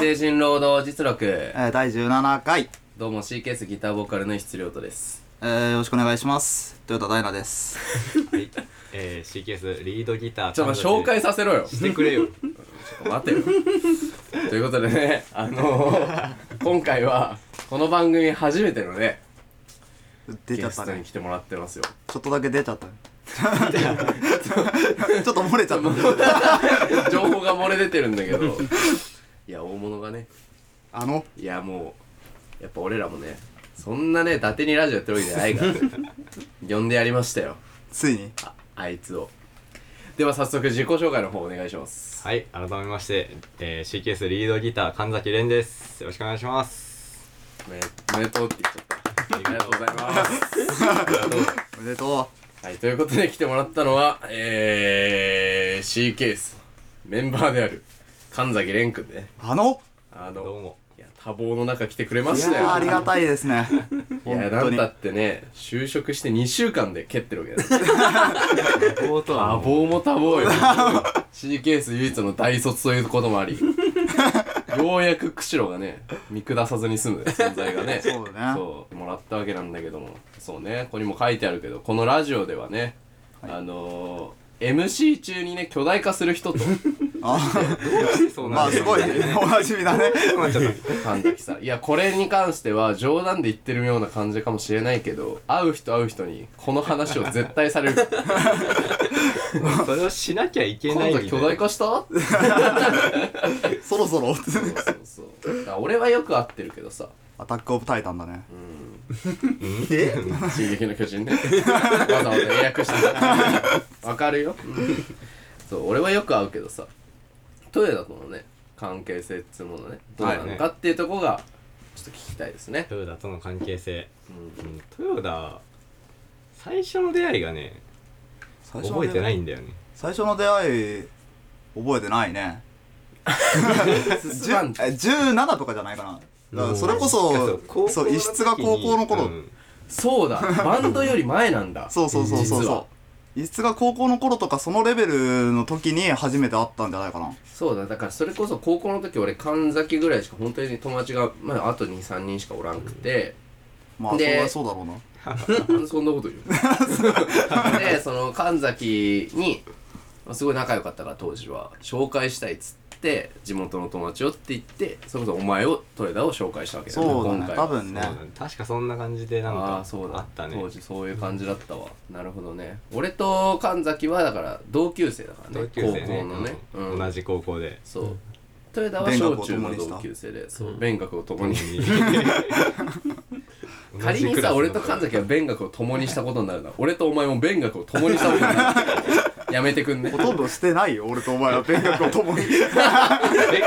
成人労働実録えー第17回、どうも CKS ギターボーカルの質量とですえーよろしくお願いします。トヨタダイナです。はい、えー、CKS リードギターちょっと紹介させろよちしてくれよょっと待てよということでねあのー、今回はこの番組初めてのね出ゲちゃっスたトにね。来てもらってますよちょっとだけ出ちゃったね。 ちょっと漏れちゃった。情報が漏れ出てるんだけどいや大物がねあの、いやもうやっぱ俺らもねそんなね伊達にラジオやってるわけじゃないから、ね、呼んでやりましたよついに。ああいつをでは早速自己紹介の方お願いしますはい改めまして、えー、CKS リードギター神崎蓮ですよろしくお願いしますおめでおめでとうって言っちゃったありありがとうございます。おめでとはい、ということで来てもらったのは、えー、C ケース、メンバーである、神崎蓮くんね。う。あのあどうの、もいや、多忙の中来てくれまいしたやーよ。ありがたいですね。いや、な本当んにた。ってね、就職して2週間で蹴ってるわけだよ。冒頭多忙も多忙よ。C ケース唯一の大卒ということもあり、ようやく釧路がね、見下さずに済む存在がね。そうだね。そうもらったわけなんだけどもそうねここにも書いてあるけどこのラジオではね、あのー、MC 中にね巨大化する人とあそうまなあんですすごい、おなじみだね。神崎さんいやこれに関しては冗談で言ってるような感じかもしれないけど会う人会う人にこの話を絶対されるそれをしなきゃいけ今ない度みた巨い大な化したそうそろそろ。そうそうだから俺はよく会ってるけどさアタックオブタイタンだね。 「進撃の巨人ね」わざわざ英訳してたわかるよ、うんそう俺はよく会うけどさトヨタとのね関係性っつうものねどうなのかっていうとこがちょっと聞きたいです ね、トヨタとの関係性、うんうん、トヨタ最初の出会いがね最初の覚出えてな会いいんだよね最初の出会い、覚えてないね。一じゅ番え17とかじゃないかな。だからそれこもうそ、そう、の時に異質が高校の頃。うんそうだバンドより前なんだ そうそうそうそう実そはう。いつが高校の頃とかそのレベルの時に初めて会ったんじゃないかな。そうだだからそれこそ高校の時俺神崎ぐらいしか本当に友達が、まあ、あと23人しかおらんくて、 まあ、そでうはそうだろうな。なんでそんなこと言うでその神崎にまあすごい仲良かったから当時は紹介したいっつって地元の友達をって言ってそれこそお前をトレーダーを紹介したわけだよねそうだ今ね。回多は分ねそ。うだね確かそんな感じでなんあかあそうだあったね当時そういう感じだったわ、なるほどね俺と神崎はだから同級生だから同ね級生高ね校のね、うんうん同じ高校でそうトレーダーは小中の勉学を共にした同級生でそう勉学を共に仮 仮ににささ俺俺とと神神崎崎はは勉学を共にしたことになるな俺とお前も勉学を共にしたことになる やめてくんねほとんどしてないよ、俺とお前は。勉学を 共に。勉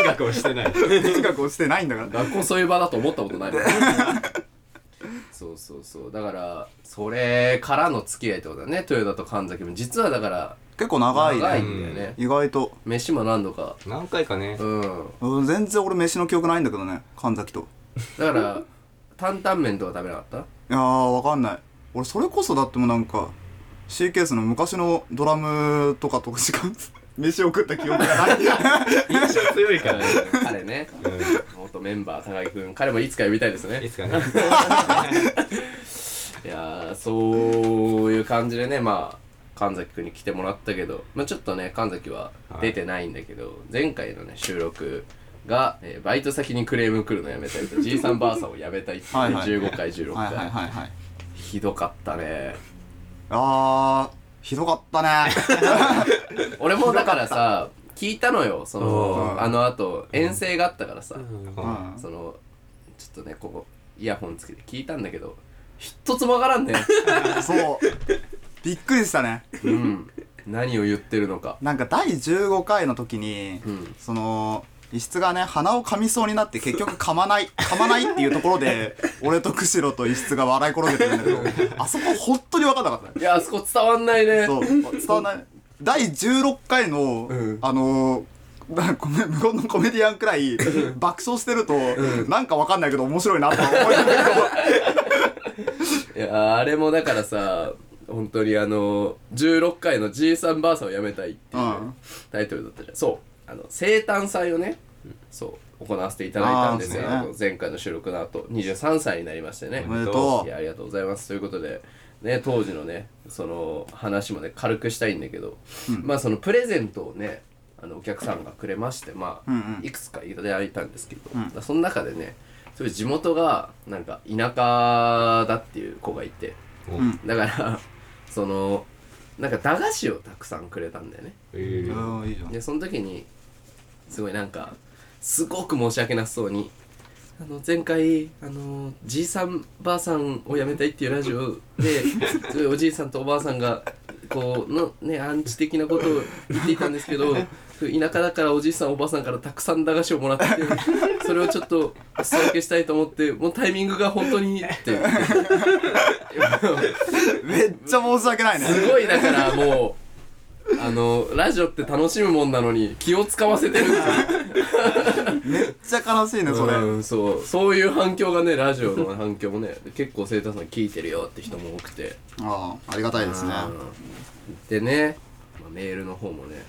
学をしてない勉学をしてないんだから。学校そういう場だと思ったことないもん そうそうそうだからそれからの付き合いってことだね豊田と神崎も実はだから結構長い長いね。んだよね、意外と。飯も何度か何回かねうんうん全然俺飯の記憶ないんだけどね、神崎と。だから担々麺とか食べなかっいやー、わかんない。俺それこそだってもうなんか、シーケースの昔のドラムとかとしか、 飯を食った記憶が ない。印象強いたからね彼ねう元メンバー高木君彼もいつか呼びたいですんいねつかねいやーそういう感じでねまあ神崎君に来てもらったけど、まあ、ちょっとね神崎は出てないんだけど、前回のね収録が、えーバイト先にクレーム来るのやめたりとじいさんばあさんをやめたいっていうはいはい15回16はい回、はいはいはい。ひどかったねあー、ひどかった ね。俺もだからさ聞いたのよそのうんあのあと遠征があったからさ、うんうんそのちょっとねここイヤホンつけて聞いたんだけど一つもわから んねそう。びっくりしたね。うん何を言ってるのかなんか第15回の時に、うんその、異質がね、鼻を噛みそうになって結局噛まない、噛まないっていうところで、俺と釧路と異質が笑い転げてるんだけど、あそこ本当に分かんなかったいね。やあそこ伝わんないねそう、伝わんない。第16回の、うんあのー、なんかコメ無言のコメディアンくらい爆笑してると、なんかわかんないけど面白いなとは思いながらいやあれもだからさ本当にあの16回のじいさんばあさんをやめたいっていうね、うんタイトルだったじゃんそうあの生誕祭をね、そう行わせていただいたんですよ、あーそうねあの前回の収録の後23歳になりましてねおめでというやありがとうございますということで、ね、当時のねその話まで軽くしたいんだけど、まあそのプレゼントをねあのお客さんがくれましてまあ、うんうんいくつかいただいたんですけど、うんまあその中でねそういう地元がなんか田舎だっていう子がいておうんだからそのなんか駄菓子をたくさんくれたんだよねえーうんいいじゃんでその時にすごいなんかすごく申し訳なさそうに「あの前回あのじいさんばあさんをやめたい」っていうラジオですごいおじいさんとおばあさんがこうのねアンチ的なことを言っていたんですけど田舎だからおじいさんおばあさんからたくさん駄菓子をもらってそれをちょっとお裾分けしたいと思ってもうタイミングが本当にって言ってめっちゃ申し訳ないねすごいだからもうあのラジオって楽しむもんなのに気を使わせてるめっちゃ悲しいねそれうんそうそういう反響がねラジオの反響もね結構生徒さん聞いてるよって人も多くてああありがたいですねうんでね、まあ、メールの方もね、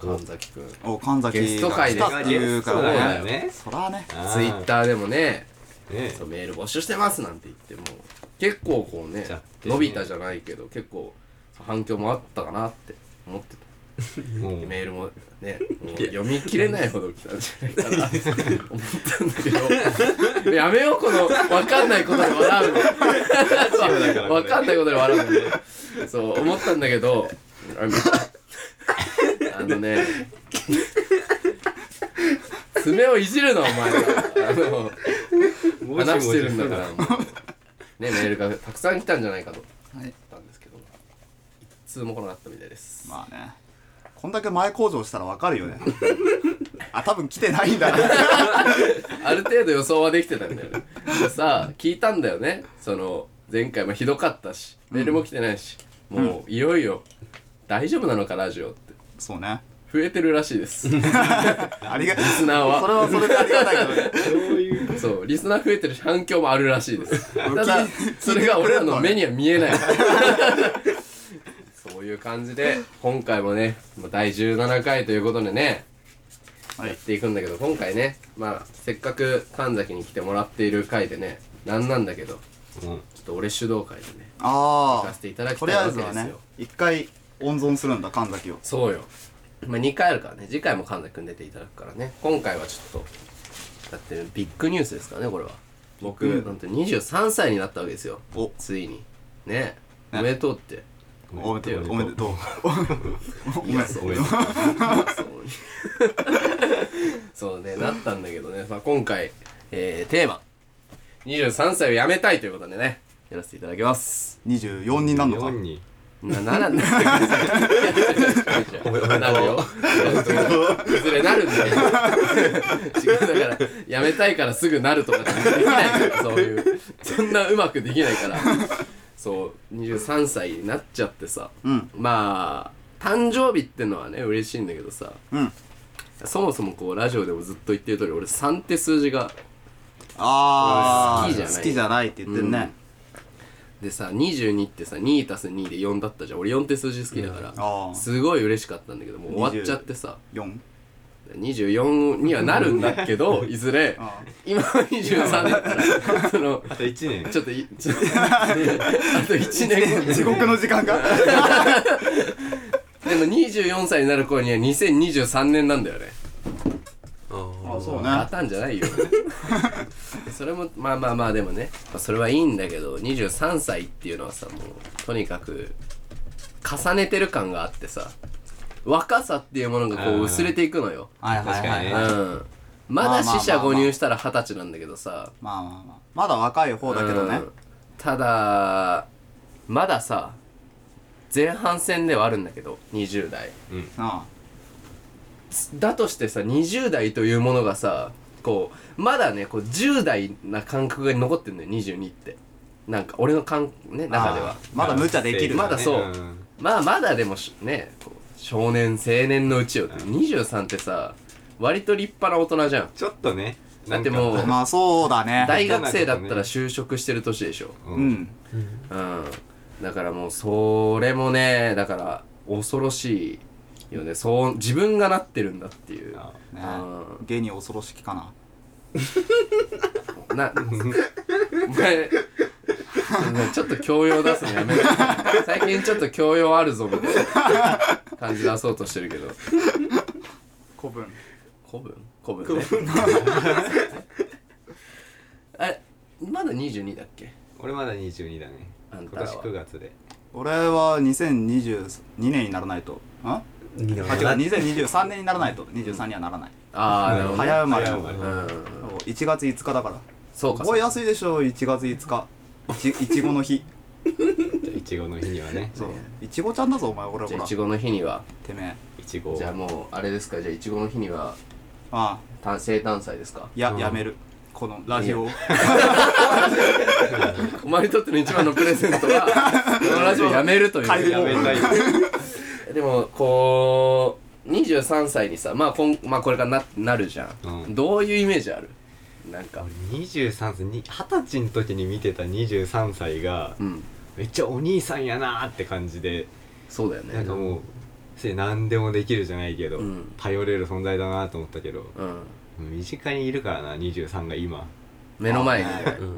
神崎くんお神崎ゲスト会でが来たっていうかそうだらよねねそらねあーツイッターでもねねそうメール募集してますなんて言っても結構こうねやってね伸びたじゃないけど結構反響もあったかなって思ってたもうメールもねもう読み切れないほど来たんじゃないかなって 思ったんだけどやめようこの分かんないことで笑うの分かんないことで笑うのねそう思ったんだけどあのあのね爪をいじるなお前はあの話してるんだからもうねメールがたくさん来たんじゃないかと思はいったんですけど一通も来なかったみたいですまあねこんだけ前向上したらわかる よねあ多分来てないんだなある程度予想はできてたんだよね。でさ、聞いたんだよね。その、前回もひどかったし、メールも来てないし、もう、いよいよ、大丈夫なのか、ラジオって。そうね増えてるらしい です。ありがリスナーはそれはそれでありがたいけどね そういうそう、リスナー増えてるし、反響もあるらしいです。ただ聞いて、それが俺らの目には見え ない。そういう感じで、今回もね、もう第17回ということでね、はいやっていくんだけど、今回ね、まあ、せっかく神崎に来てもらっている回でね、なんなんだけど、うんちょっと俺主導会でねさあせていただあきとたいりあえわずけではすねよ一回温存するんだ神崎をそうよ、まあ、2回あるからね次回も神崎君出ていただくからね今回はちょっとだってビッグニュースですからねこれは僕、うんなんて23歳になったわけですよおついにねおめねでとうっておめでとう おおめめででととうおめでとうおめでとうそうそうねなったんだけどね、まあ、今回、えー、テーマ23歳を辞めたいということでねやらせていただきます24になるのか4にな、ならんだよ。なるよ。いずれなるんだよ。違う、だから、やめたいからすぐなるとかじゃできないから、そういう。そんなうまくできないから。そう、23歳になっちゃってさ。うんまあ、誕生日ってのはね、嬉しいんだけどさ。うんそもそもこう、ラジオでもずっと言ってる通り、俺3って数字が。ああ好きじゃない好きじゃないって言ってるねでさ、22ってさ、2足す2で4だったじゃん。俺4って数字好きだから。ああすごい嬉しかったんだけどもう終わっちゃってさ4 24にはなるんだけどいずれあ今は23だからそのあと1年ちょっといちょっとあと1年 後地獄の時間がでも24歳になる頃には2023年なんだよねああそうね当たんじゃないよそれもまあまあまあでもね、まあそれはいいんだけど23歳っていうのはさもうとにかく重ねてる感があってさ若さっていうものがこう薄れていくのよはいはい確かはにいねうんまだ死者誤入したら二十歳なんだけどさまあまあまあまだ若い方だけどねうんただまださ前半戦ではあるんだけど20代うんあだとしてさ20代というものがさこうまだねこう10代な感覚が残ってんのよ22ってなんか俺の感ねあ中ではああまだ無茶できるまだそうんまあまだでもしねこう少年青年のうちよって23ってさ割と立 派な大人じゃんちょっとねだってもうまあそうだね大学生だったら就職してる年でしょううんんうんだからもうそれもねだから恐ろしいよねそう自分がなってるんだっていうあねう芸に恐ろしきかななお前ちょっと教養出すのやめろ最近ちょっと教養あるぞみたいな感じ出そうとしてるけど古文古文古文ね あれまだ22だっけ俺まだ22だねあん今たらは年9月で俺は2022年にならないとんあいいの違うかな2023年にならないと23にはならないああなるほどね早生まれ早生まれうん1月5日だからそうかそ覚えうやすいでしょ1月5日い ちいちごの日じゃあいちごの日にはねそういちごちゃんだぞお前俺じゃあほいらちてごの日にはいめえいちごをじゃあもうあれですかじゃあいちごの日にはああた生誕祭ですかやうんやめるこのラジオをお前にとっての一番のプレゼント はこのラジオやめるという解放やめたいでもこう23歳にさ、まあ、こんまあこれからななるじゃん、うんどういうイメージあるなんか23歳に二十歳の時に見てた23歳がうんめっちゃお兄さんやなーって感じでそうだよねなんかもうせ何でもできるじゃないけど、うん頼れる存在だなと思ったけどうん、身近にいるからな23が今、目の前にねあうん、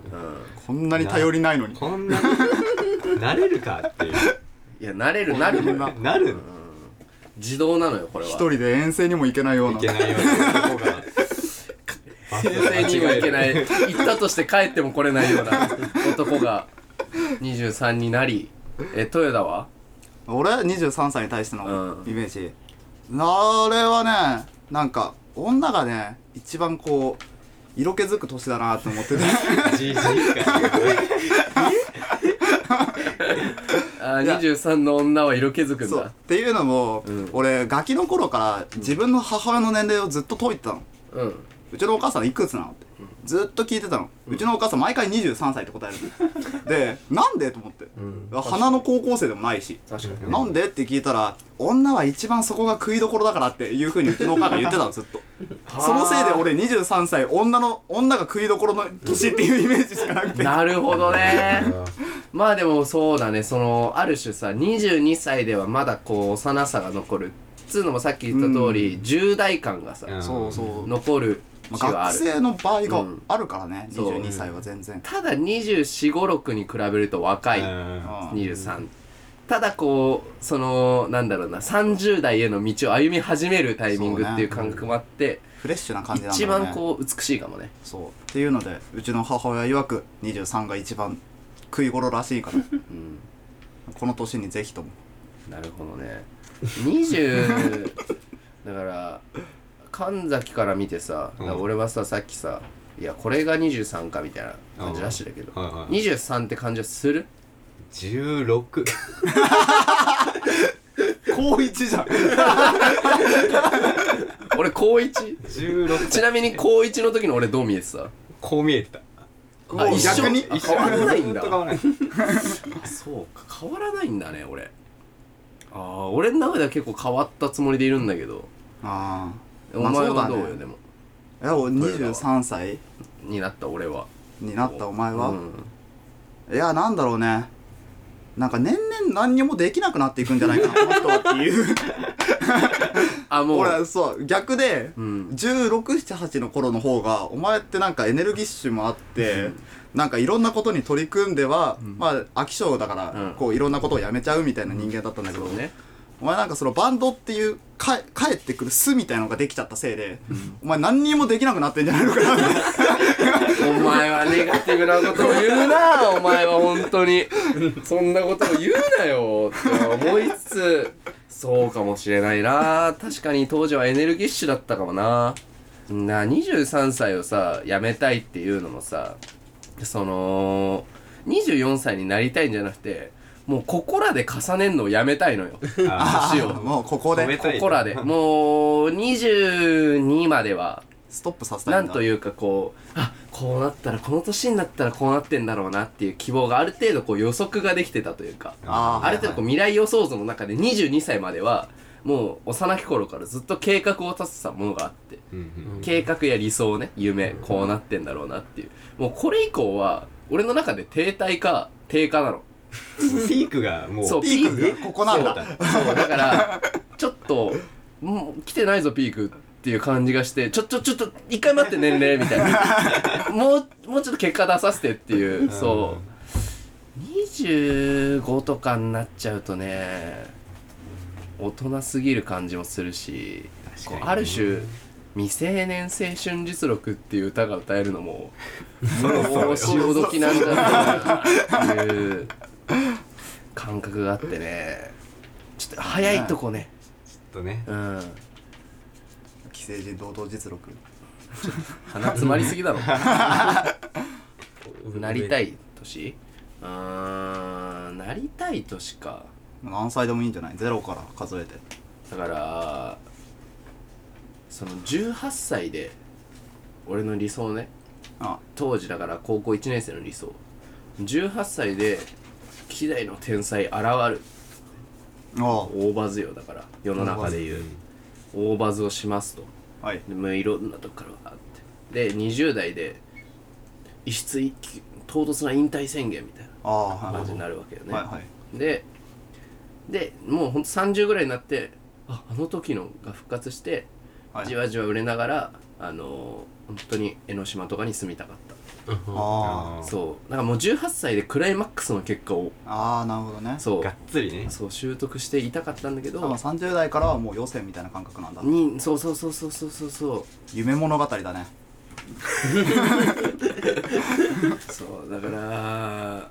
こんなに頼りないのにこんなになれるかっていういやなれるなるのよなる自動なのよこれは一人で遠征にも行けないよういなけないような男が先生にも行けない行ったとして帰っても来れないような男が23になりえ豊田は俺23歳に対してのうんイメージ、あれはねなんか女がね一番こう色気づく年だなと思っててじじいかあ23の女は色気づくんそうだっていうのも、うん俺ガキの頃から自分の母親の年齢をずっと解いてたのううちのお母さんいくつなのってずっと聞いてたの、うちのお母さん毎回23歳って答えるのでなんでと思って、ん花の高校生でもないし確かになんでって聞いたら女は一番そこが食いどころだからっていうふうにうちのお母さん言ってたのずっとそのせいで俺23歳女の女が食いどころの年っていうイメージし かなくてなるほどね まあでもそうだねそのある種さ22歳ではまだこう幼さが残るっつうのもさっき言った通り、10代感がさ、うんそうそう、ま残るあ地はあ学る、生の場合うがんあるからね、そう22歳は全然、ただ2 4 5 6に比べると若い、うんうん23ただこうそのなんだろうな30代への道を歩み始めるタイミングっていう感覚もあって、フレッシュな感じなんだ一よね番こう美しいかもねそうっていうのでうちの母親曰く23が一番食い頃らしいからうんこの年にぜひともなるほどね20だから神崎から見てさ、うんだから俺はささっきさいやこれが23かみたいな感じらしいんだけど、はいはい23って感じはする16高一じゃん俺高 1? 16ちなみに高1の時の俺どう見えてたこう見えてたあ一緒逆にあ変わらないんずっだと変わらないあそうか変わらないんだね俺ああ俺の中では結構変わったつもりでいるんだけどああお前はどうよ、そうだねでもえ俺23歳になった俺はになったお前うは、んいやなんだろうねなんか年々何にもできなくなっていくんじ ゃないかなこの人はっていうあもう俺そう逆で、うん1678の頃の方がお前ってなんかエネルギッシュもあって、なんかいろんなことに取り組んでは、まあ飽き性だから、うんこういろんなことをやめちゃうみたいな人間だったんだけど、そうねお前なんかそのバンドっていうか帰ってくる巣みたいなのができちゃったせいで、お前何にもできなくなってんじゃないのかなってお前はネガティブなことを言うなお前は本当にそんなことを言うなよって思いつつそうかもしれないな確かに当時はエネルギッシュだったかもなな23歳をさ辞めたいっていうのもさその24歳になりたいんじゃなくてもうここらで重ねんのをやめたいのよあ年をあもうここ止めでたここらでもう22まではストップさせたないんんだというかこうあこうなったらこの年になったらこうなってんだろうなっていう希望がある程度こう予測ができてたというかあーある程度こう未来予想図の中で22歳まではもう幼き頃からずっと計画を立てたものがあってうんうん計画や理想ね夢こうなってんだろうなっていうもうこれ以降は俺の中で停滞か低下なのピークがもうそうピークがここなんだそうだからちょっともう来てないぞピークっていう感じがしてちょちょちょっと一回待って年齢みたい なもうもうちょっと結果出させてっていうそう25とかになっちゃうとね大人すぎる感じもするし確かこにうある種未成年青春実録っていう歌が歌えるのももう潮時なんだろうなっていう感覚があってねちょっと早いとこねとねうん寄生児堂々実録鼻詰まりすぎだろなりたいい年うーんなりたい年か何歳でもいいんじゃないゼロから数えてだからその18歳で俺の理想ねあ当時だから高校1年生の理想18歳で希代の天才現るあ大バズよだから世の中でいう大バズをしますとはいでもういろんなとこからわーってで20代で異質一休唐突な引退宣言みたいああないはは感いじになるわけよね、はいはいででもうほんと30ぐらいになってああの時のが復活して、はいじわじわ売れながらあのー本当に江ノ島とかに住みたかったあそうだからもう18歳でクライマックスの結果をああなるほどねそうがっつりねそう習得していたかったんだけ多分ど30代からはもう余生みたいな感覚なんだにそうそうそうそうそうそうそう夢物語だねそうだから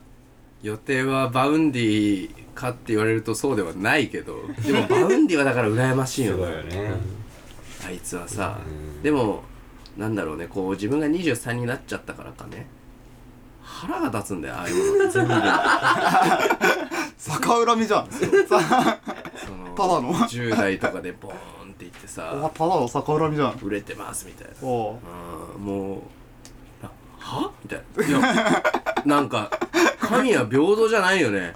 予定はバウンディかって言われるとそうではないけどでもバウンディはだから羨ましいすよごいねよねあいつはさうんでもなんだろうねこう自分が23になっちゃったからかね腹が立つんだよああいうの全部逆恨みじゃんそのただの10代とかでボーンっていって うわさただの逆恨みじゃん売れてますみたいなおううんもうなはみたいないやなんか神は平等じゃないよね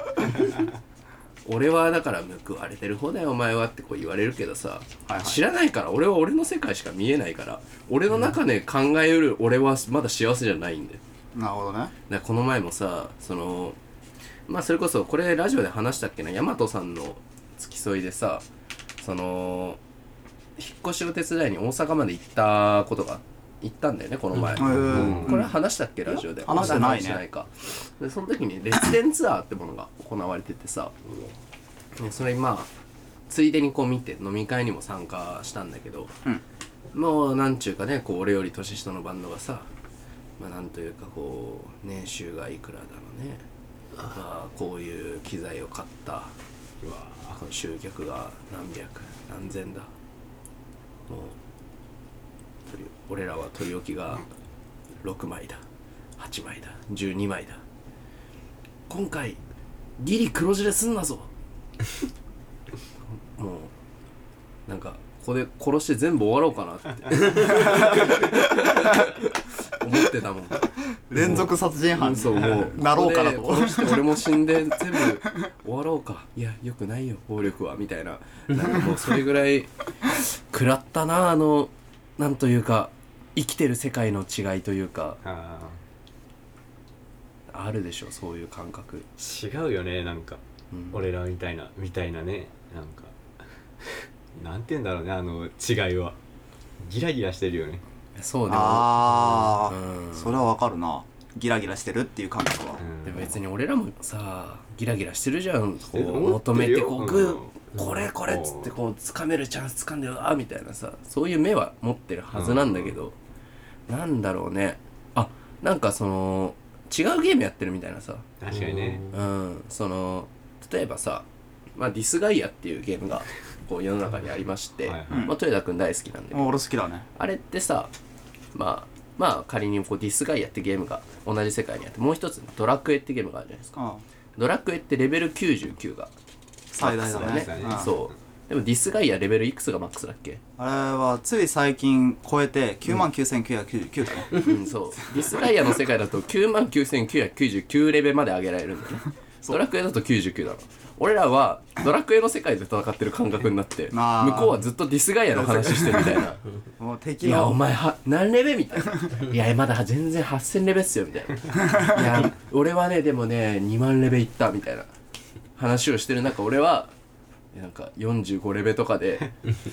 俺はだから報われてる方だよお前はってこう言われるけどさ、はいはい知らないから俺は俺の世界しか見えないから俺の中で考えうる俺はまだ幸せじゃないんでだかなるほどねらこの前もさそのまあそれこそこれラジオで話したっけな大和さんの付き添いでさその引っ越しを手伝いに大阪まで行ったことが行ったんだよねこの前、へーこれ話したっけラジオでいや話してないねまだ話かでその時にレッツデンツアーってものが行われててさでそれまあついでにこう見て飲み会にも参加したんだけど、うんもうなんちゅうかねこう俺より年下のバンドがさまあなんというかこう年収がいくらだろうねまあこういう機材を買ったこの集客が何百何千だもう取り俺らは取り置きが6枚だ8枚だ12枚だ今回ギリ黒字ですんなぞ もうなんかここで殺して全部終わろうかなって 思ってたもん連続殺人 犯そうもうなろうかなとここで殺して俺も死んで全部終わろうかいやよくないよ暴力はみたいななんかもうそれぐらい食らったなあのなんというか生きてる世界の違いというかああるでしょそういう感覚、ー違うよねなんかうん俺らみたいなみたいなねなんかなんて言うんだろうねあの違いはギラギラしてるよねそうでもああ、うんそれはわかるなギラギラしてるっていう感覚は、うんでも別に俺らもさギラギラしてるじゃんこうえ思って求るめてよこううんグーこれうんこれっつってこう掴めるチャンス掴んでるあみたいなさそういう目は持ってるはずなんだけど、なんだろうねあなんかその違うゲームやってるみたいなさ確かにねうんその例えばさ、まあ、ディスガイアっていうゲームがこう世の中にありましてはいはいうんまあ、豊田君大好きなんだけどもう俺好きだねあれってさまあまあ仮にこうディスガイアってゲームが同じ世界にあってもう一つドラクエってゲームがあるじゃないですかうんドラクエってレベル99が最大だマねックスだねうんそうでもディスガイアレベルいくつがマックスだっけ、あれはつい最近超えて9万9999だね、うん、そうディスガイアの世界だと9万9999レベルまで上げられるんだ ねドラクエだと99だろ俺らはドラクエの世界で戦ってる感覚にな って向あーこうはずっとディスガイアの話してるみたいなもうい敵や、のお前は、何レベルみたい な。いや、まだ全然8000レベルっすよ、みたいな。いや、俺はね、でもね、2万レベルいった、みたいな話をしてる中、俺は、なんか45レベとかで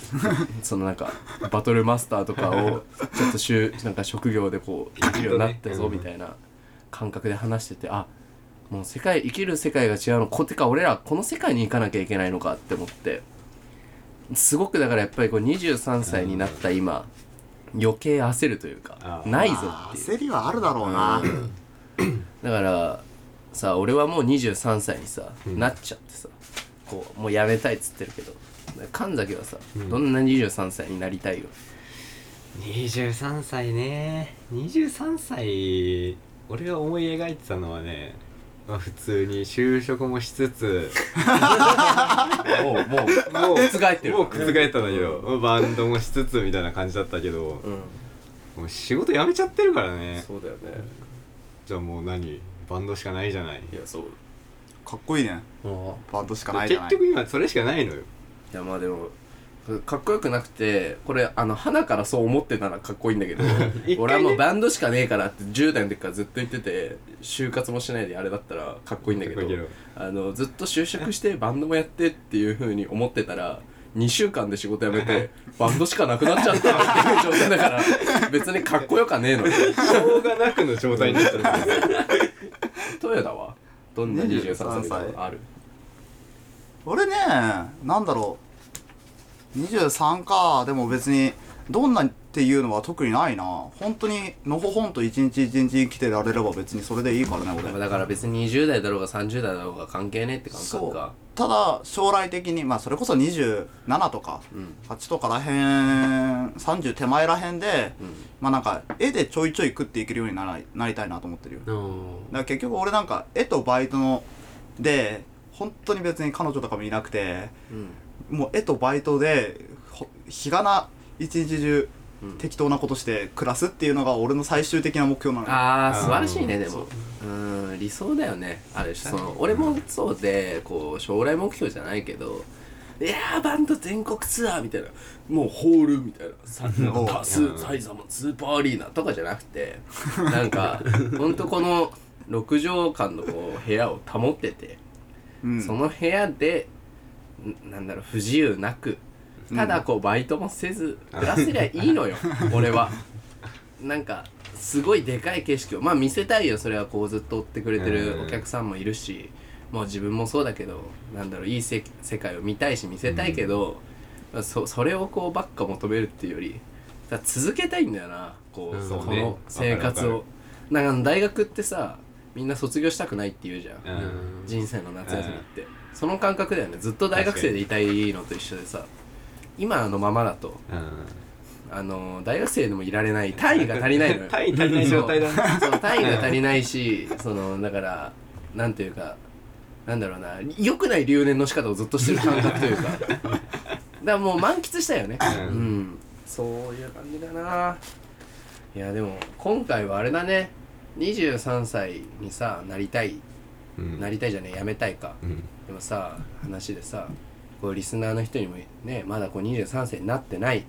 そのなんかバトルマスターとかをちょっとしゅなんか職業でこうできるようになったぞうんみたいな感覚で話しててあもう世界生きる世界が違うのこてか俺らこの世界に行かなきゃいけないのかって思ってすごくだからやっぱりこう23歳になった今余計焦るというかあーないぞあっていうー焦りはあるだろうなだからさ俺はもう23歳にさ、うんなっちゃってさこうもうやめたいっつってるけど神崎はさ、うんどんな23歳になりたいよ23歳ね23歳俺が思い描いてたのはね、まあ、普通に就職もしつつもうもうもう覆ってるもう覆ったんだけど、バンドもしつつみたいな感じだったけど、うんもう仕事辞めちゃってるからねそうだよねじゃあもう何バンドしかないじゃないいやそうかっこいいねあバンドしかないじゃ結ない局今それしかないのよいやまあでもかっこよくなくてこれあの花からそう思ってたらかっこいいんだ けどね俺はもうバンドしかねえからって10代の時からずっと言ってて就活もしないであれだったらかっこいいんだけどかっこいいけどあのずっと就職してバンドもやってっていうふうに思ってたら2週間で仕事辞めて バンドしかなくなっちゃったっていう状態だから別にかっこよかねえのよしょうがなくの状態になっちゃったんですよ豊田はどんな23歳23歳がある俺ねなんだろう23かでも別にどんなっていうのは特にないな本当にのほほんと一日一日生きてられれば別にそれでいいからね俺だから別に20代だろうが30代だろうが関係ねえって感覚かただ将来的にまあそれこそ27とかうん8とからへん30手前らへんで、まあなんか絵でちょいちょい食っていけるようにならなりたいなと思ってるよだから結局俺なんか絵とバイトので本当に別に彼女とかもいなくてうんもう絵とバイトでほ日がな一日中うん適当なことして暮らすっていうのが俺の最終的な目標なのよああーー素晴らしいねでそもううん理想だよねある種その俺もそうでこう将来目標じゃないけどいやーバンド全国ツアーみたいなもうホールみたいなさなんか多数埼玉スーパーアリーナとかじゃなくてなんかほんとこの6畳間のこう部屋を保ってて、うんその部屋でんなんだろう不自由なくただこうバイトもせず暮らせりゃいいの よ俺はなんかすごいでかい景色をまあ見せたいよそれはこうずっと追ってくれてるうおん客さんもいるしもう自分もそうだけどなんだろういいせ世界を見たいし見せたいけど、そそれをこうばっか求めるっていうよりだから続けたいんだよなこう、うんこのそうね生活わをなんか大学ってさみんな卒業したくないって言うじゃん、うん人生の夏休みって、その感覚だよねずっと大学生でいたいのと一緒でさ今のままだとうんあの大学生でもいられない単位が足りないのよ 単位足りない状態だねそうそう単位が足りないしそのだからなんていうかなんだろうな良くない留年の仕方をずっとしてる感覚というかだからもう満喫したよねううんん、そういう感じだないやでも今回はあれだね23歳にさなりたいうんなりたいじゃねえやめたいかうんでもさ話でさこうリスナーの人にもねまだこう23歳になってない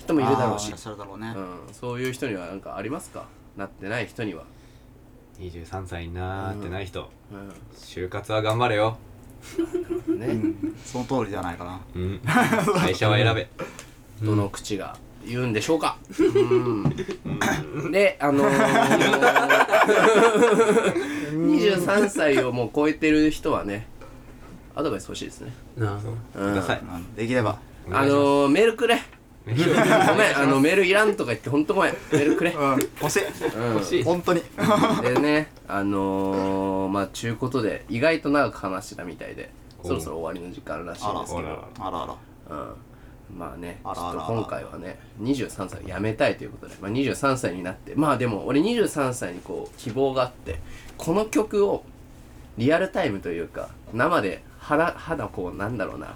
人もいるだろうあーいしらっ、しゃるだろうね、うん、そういう人には何かありますかなってない人には、 23歳になーってない人、う就活は頑張れよ、んねうんその通りじゃないかな うん、会社は選べどの口が言うんでしょうか、うん、であのー23歳をもう超えてる人はねアドバイス欲しいですね、なあうくんだ、さい、うんできればあのー、メールくれお願いしごますめんあのメールいらんとか言ってほんとごめんメールくれ、うん欲しいうん、欲しい本当にでねあのー、まあちゅうことで意外と長く話してたみたいでおうそろそろ終わりの時間らしいあんらですけど、あらあらうん、まあねちょあっらあらあとら今回はね23歳を辞めたいということで、まあ、23歳になってまあでも俺23歳にこう希望があってこの曲をリアルタイムというか生で肌肌こうなんだろうな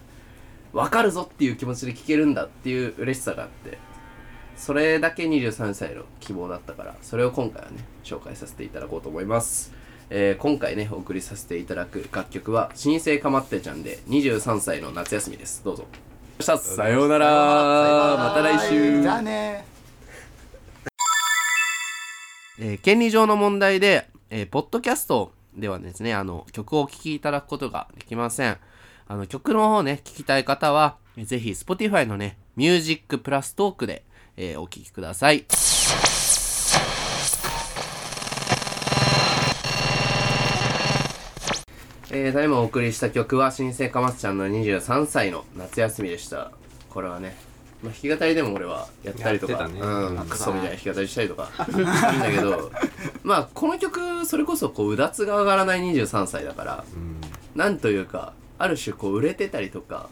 分かるぞっていう気持ちで聴けるんだっていう嬉しさがあってそれだけ23歳の希望だったからそれを今回はね紹介させていただこうと思います、えー今回ねお送りさせていただく楽曲は「新生かまってちゃん」で23歳の夏休みですどうぞさようならまた来週じゃあねえー権利上の問題で、えーポッドキャストではですね、あの、曲をお聴きいただくことができません。あの曲の方ね、聞きたい方は、えぜひ Spotify のね、ミュージックプラストークで、えーお聴きください。えー、ただいまお送りした曲は新生かますちゃんの23歳の夏休みでした。これはね、まあ、弾き語りでも俺はやったりとやか、ってたねうん、クソみたいな弾き語りしたりとか、なんだけど、まあこの曲、それこそこう、うだつが上がらない23歳だから、うんなんというかある種こう売れてたりとか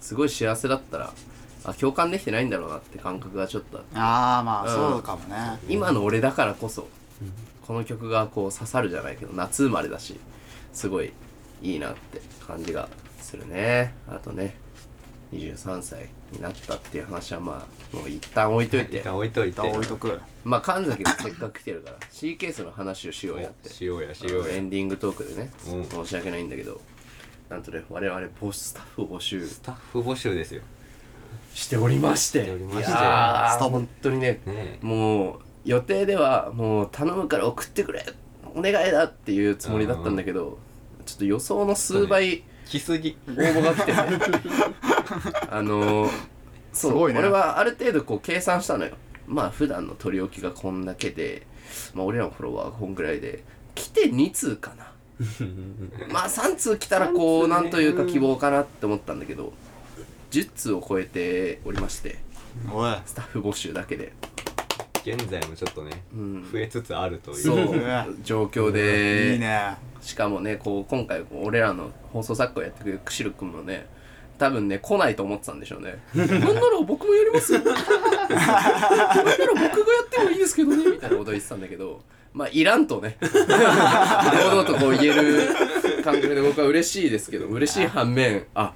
すごい幸せだったらあ共感できてないんだろうなって感覚がちょっとあってああまあうんそうかもね、今の俺だからこそこの曲がこう刺さるじゃないけど夏生まれだしすごいいいなって感じがするねあとね23歳になったっていう話はまあもう一旦置いとい一て旦置いとい一て旦置いとくまあ神崎がせっかく来てるから C ケースの話をしようやってしようやしようエやンディングトークでね、うん申し訳ないんだけどなんとね我々ボススタッフを募集スタッフ募集ですよしておりましてしておりましいてやースタバ本当にねねもう予定ではもう頼むから送ってくれお願いだっていうつもりだったんだけどちょっと予想の数倍来すぎ応募が来てねあのーそうすごいね俺はある程度こう計算したのよまあ普段の取り置きがこんだけで、まあ、俺らのフォロワーがこんぐらいで来て2通か なまあ3通来たらこう三通ねなんというか希望かなって思ったんだけど10通を超えておりましておいスタッフ募集だけで、現在もちょっとねうん増えつつあるというそううわ状況いいで、ねしかもねこう今回こう俺らの放送作家をやってくれるクシル君もね多分ね来ないと思ってたんでしょうねなんなら僕もやりますよなんなら僕がやってもいいですけどねみたいなこと言ってたんだけどまあいらんとね堂々とこう言える感覚で僕は嬉しいですけど嬉しい反面あ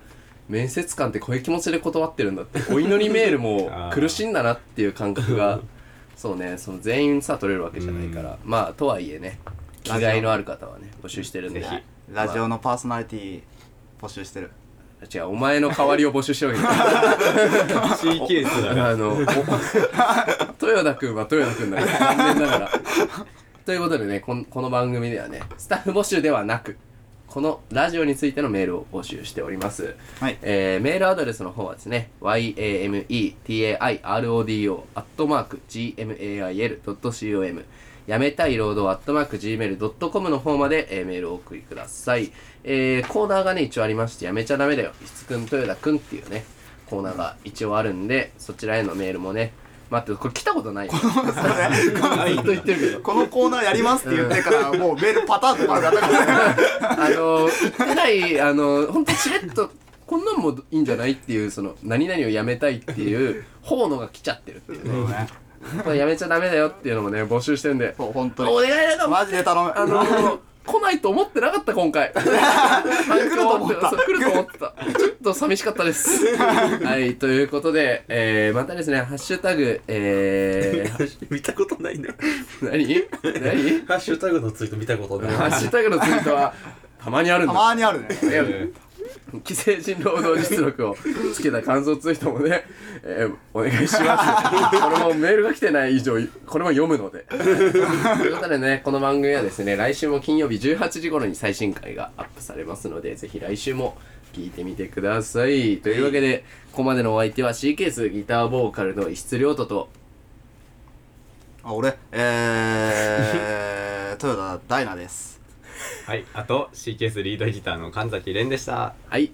面接官ってこういう気持ちで断ってるんだってお祈りメールも苦しいんだなっていう感覚がそうねその全員さ取れるわけじゃないから、まあとはいえね気概のある方はね募集してるんでぜひラジオのパーソナリティ募集してる 違うお前の代わりを募集してるわけじゃない C ケースだあのお豊田君は豊田君だから残念ながらということでねこんこの番組ではねスタッフ募集ではなくこのラジオについてのメールを募集しておりますはいえーメールアドレスの方はですね、yametairodo.gmail.com やめたい労働 .gmail.com の方まで、えーメールをお送りください。えーコーナーがね、一応ありまして、やめちゃダメだよ。いつくん、豊田くんっていうね、コーナーが一応あるんで、そちらへのメールもね、待って、これ来たこと ないよ。ずっと言ってるけど。このコーナーやりますって言ってからもうメールパターンとかあ るからあの言ってないあの本当チレッとこんなんもいいんじゃないっていうその何々をやめたいっていう方のが来ちゃってるっていうねねこれやめちゃダメだよっていうのもね募集してるんでそう本当おに願いだよマジで頼むあ の来ないと思ってなかった今回来ると思った来ると思ってたちょっと寂しかったで すはいということで、えー、またですね「ハッシュタグえー 見たことないね。」何何ハッシュタグのツイート見たことない。ハッシュタグのツイートはたまにあるんただまにあるね いや既成人労働実力をつけた感想ツイートもね、 えーお願いします。これもメールが来てない以上、これも読むので。ということでね、この番組はですね、来週も金曜日18時頃に最新回がアップされますので、ぜひ来週も聞いてみてください。というわけで、ここまでのお相手は C ケースギターボーカルの石津亮斗と、あ俺えー、豊田大奈ですはいあと C ケースリードギターの神崎蓮でしたはい、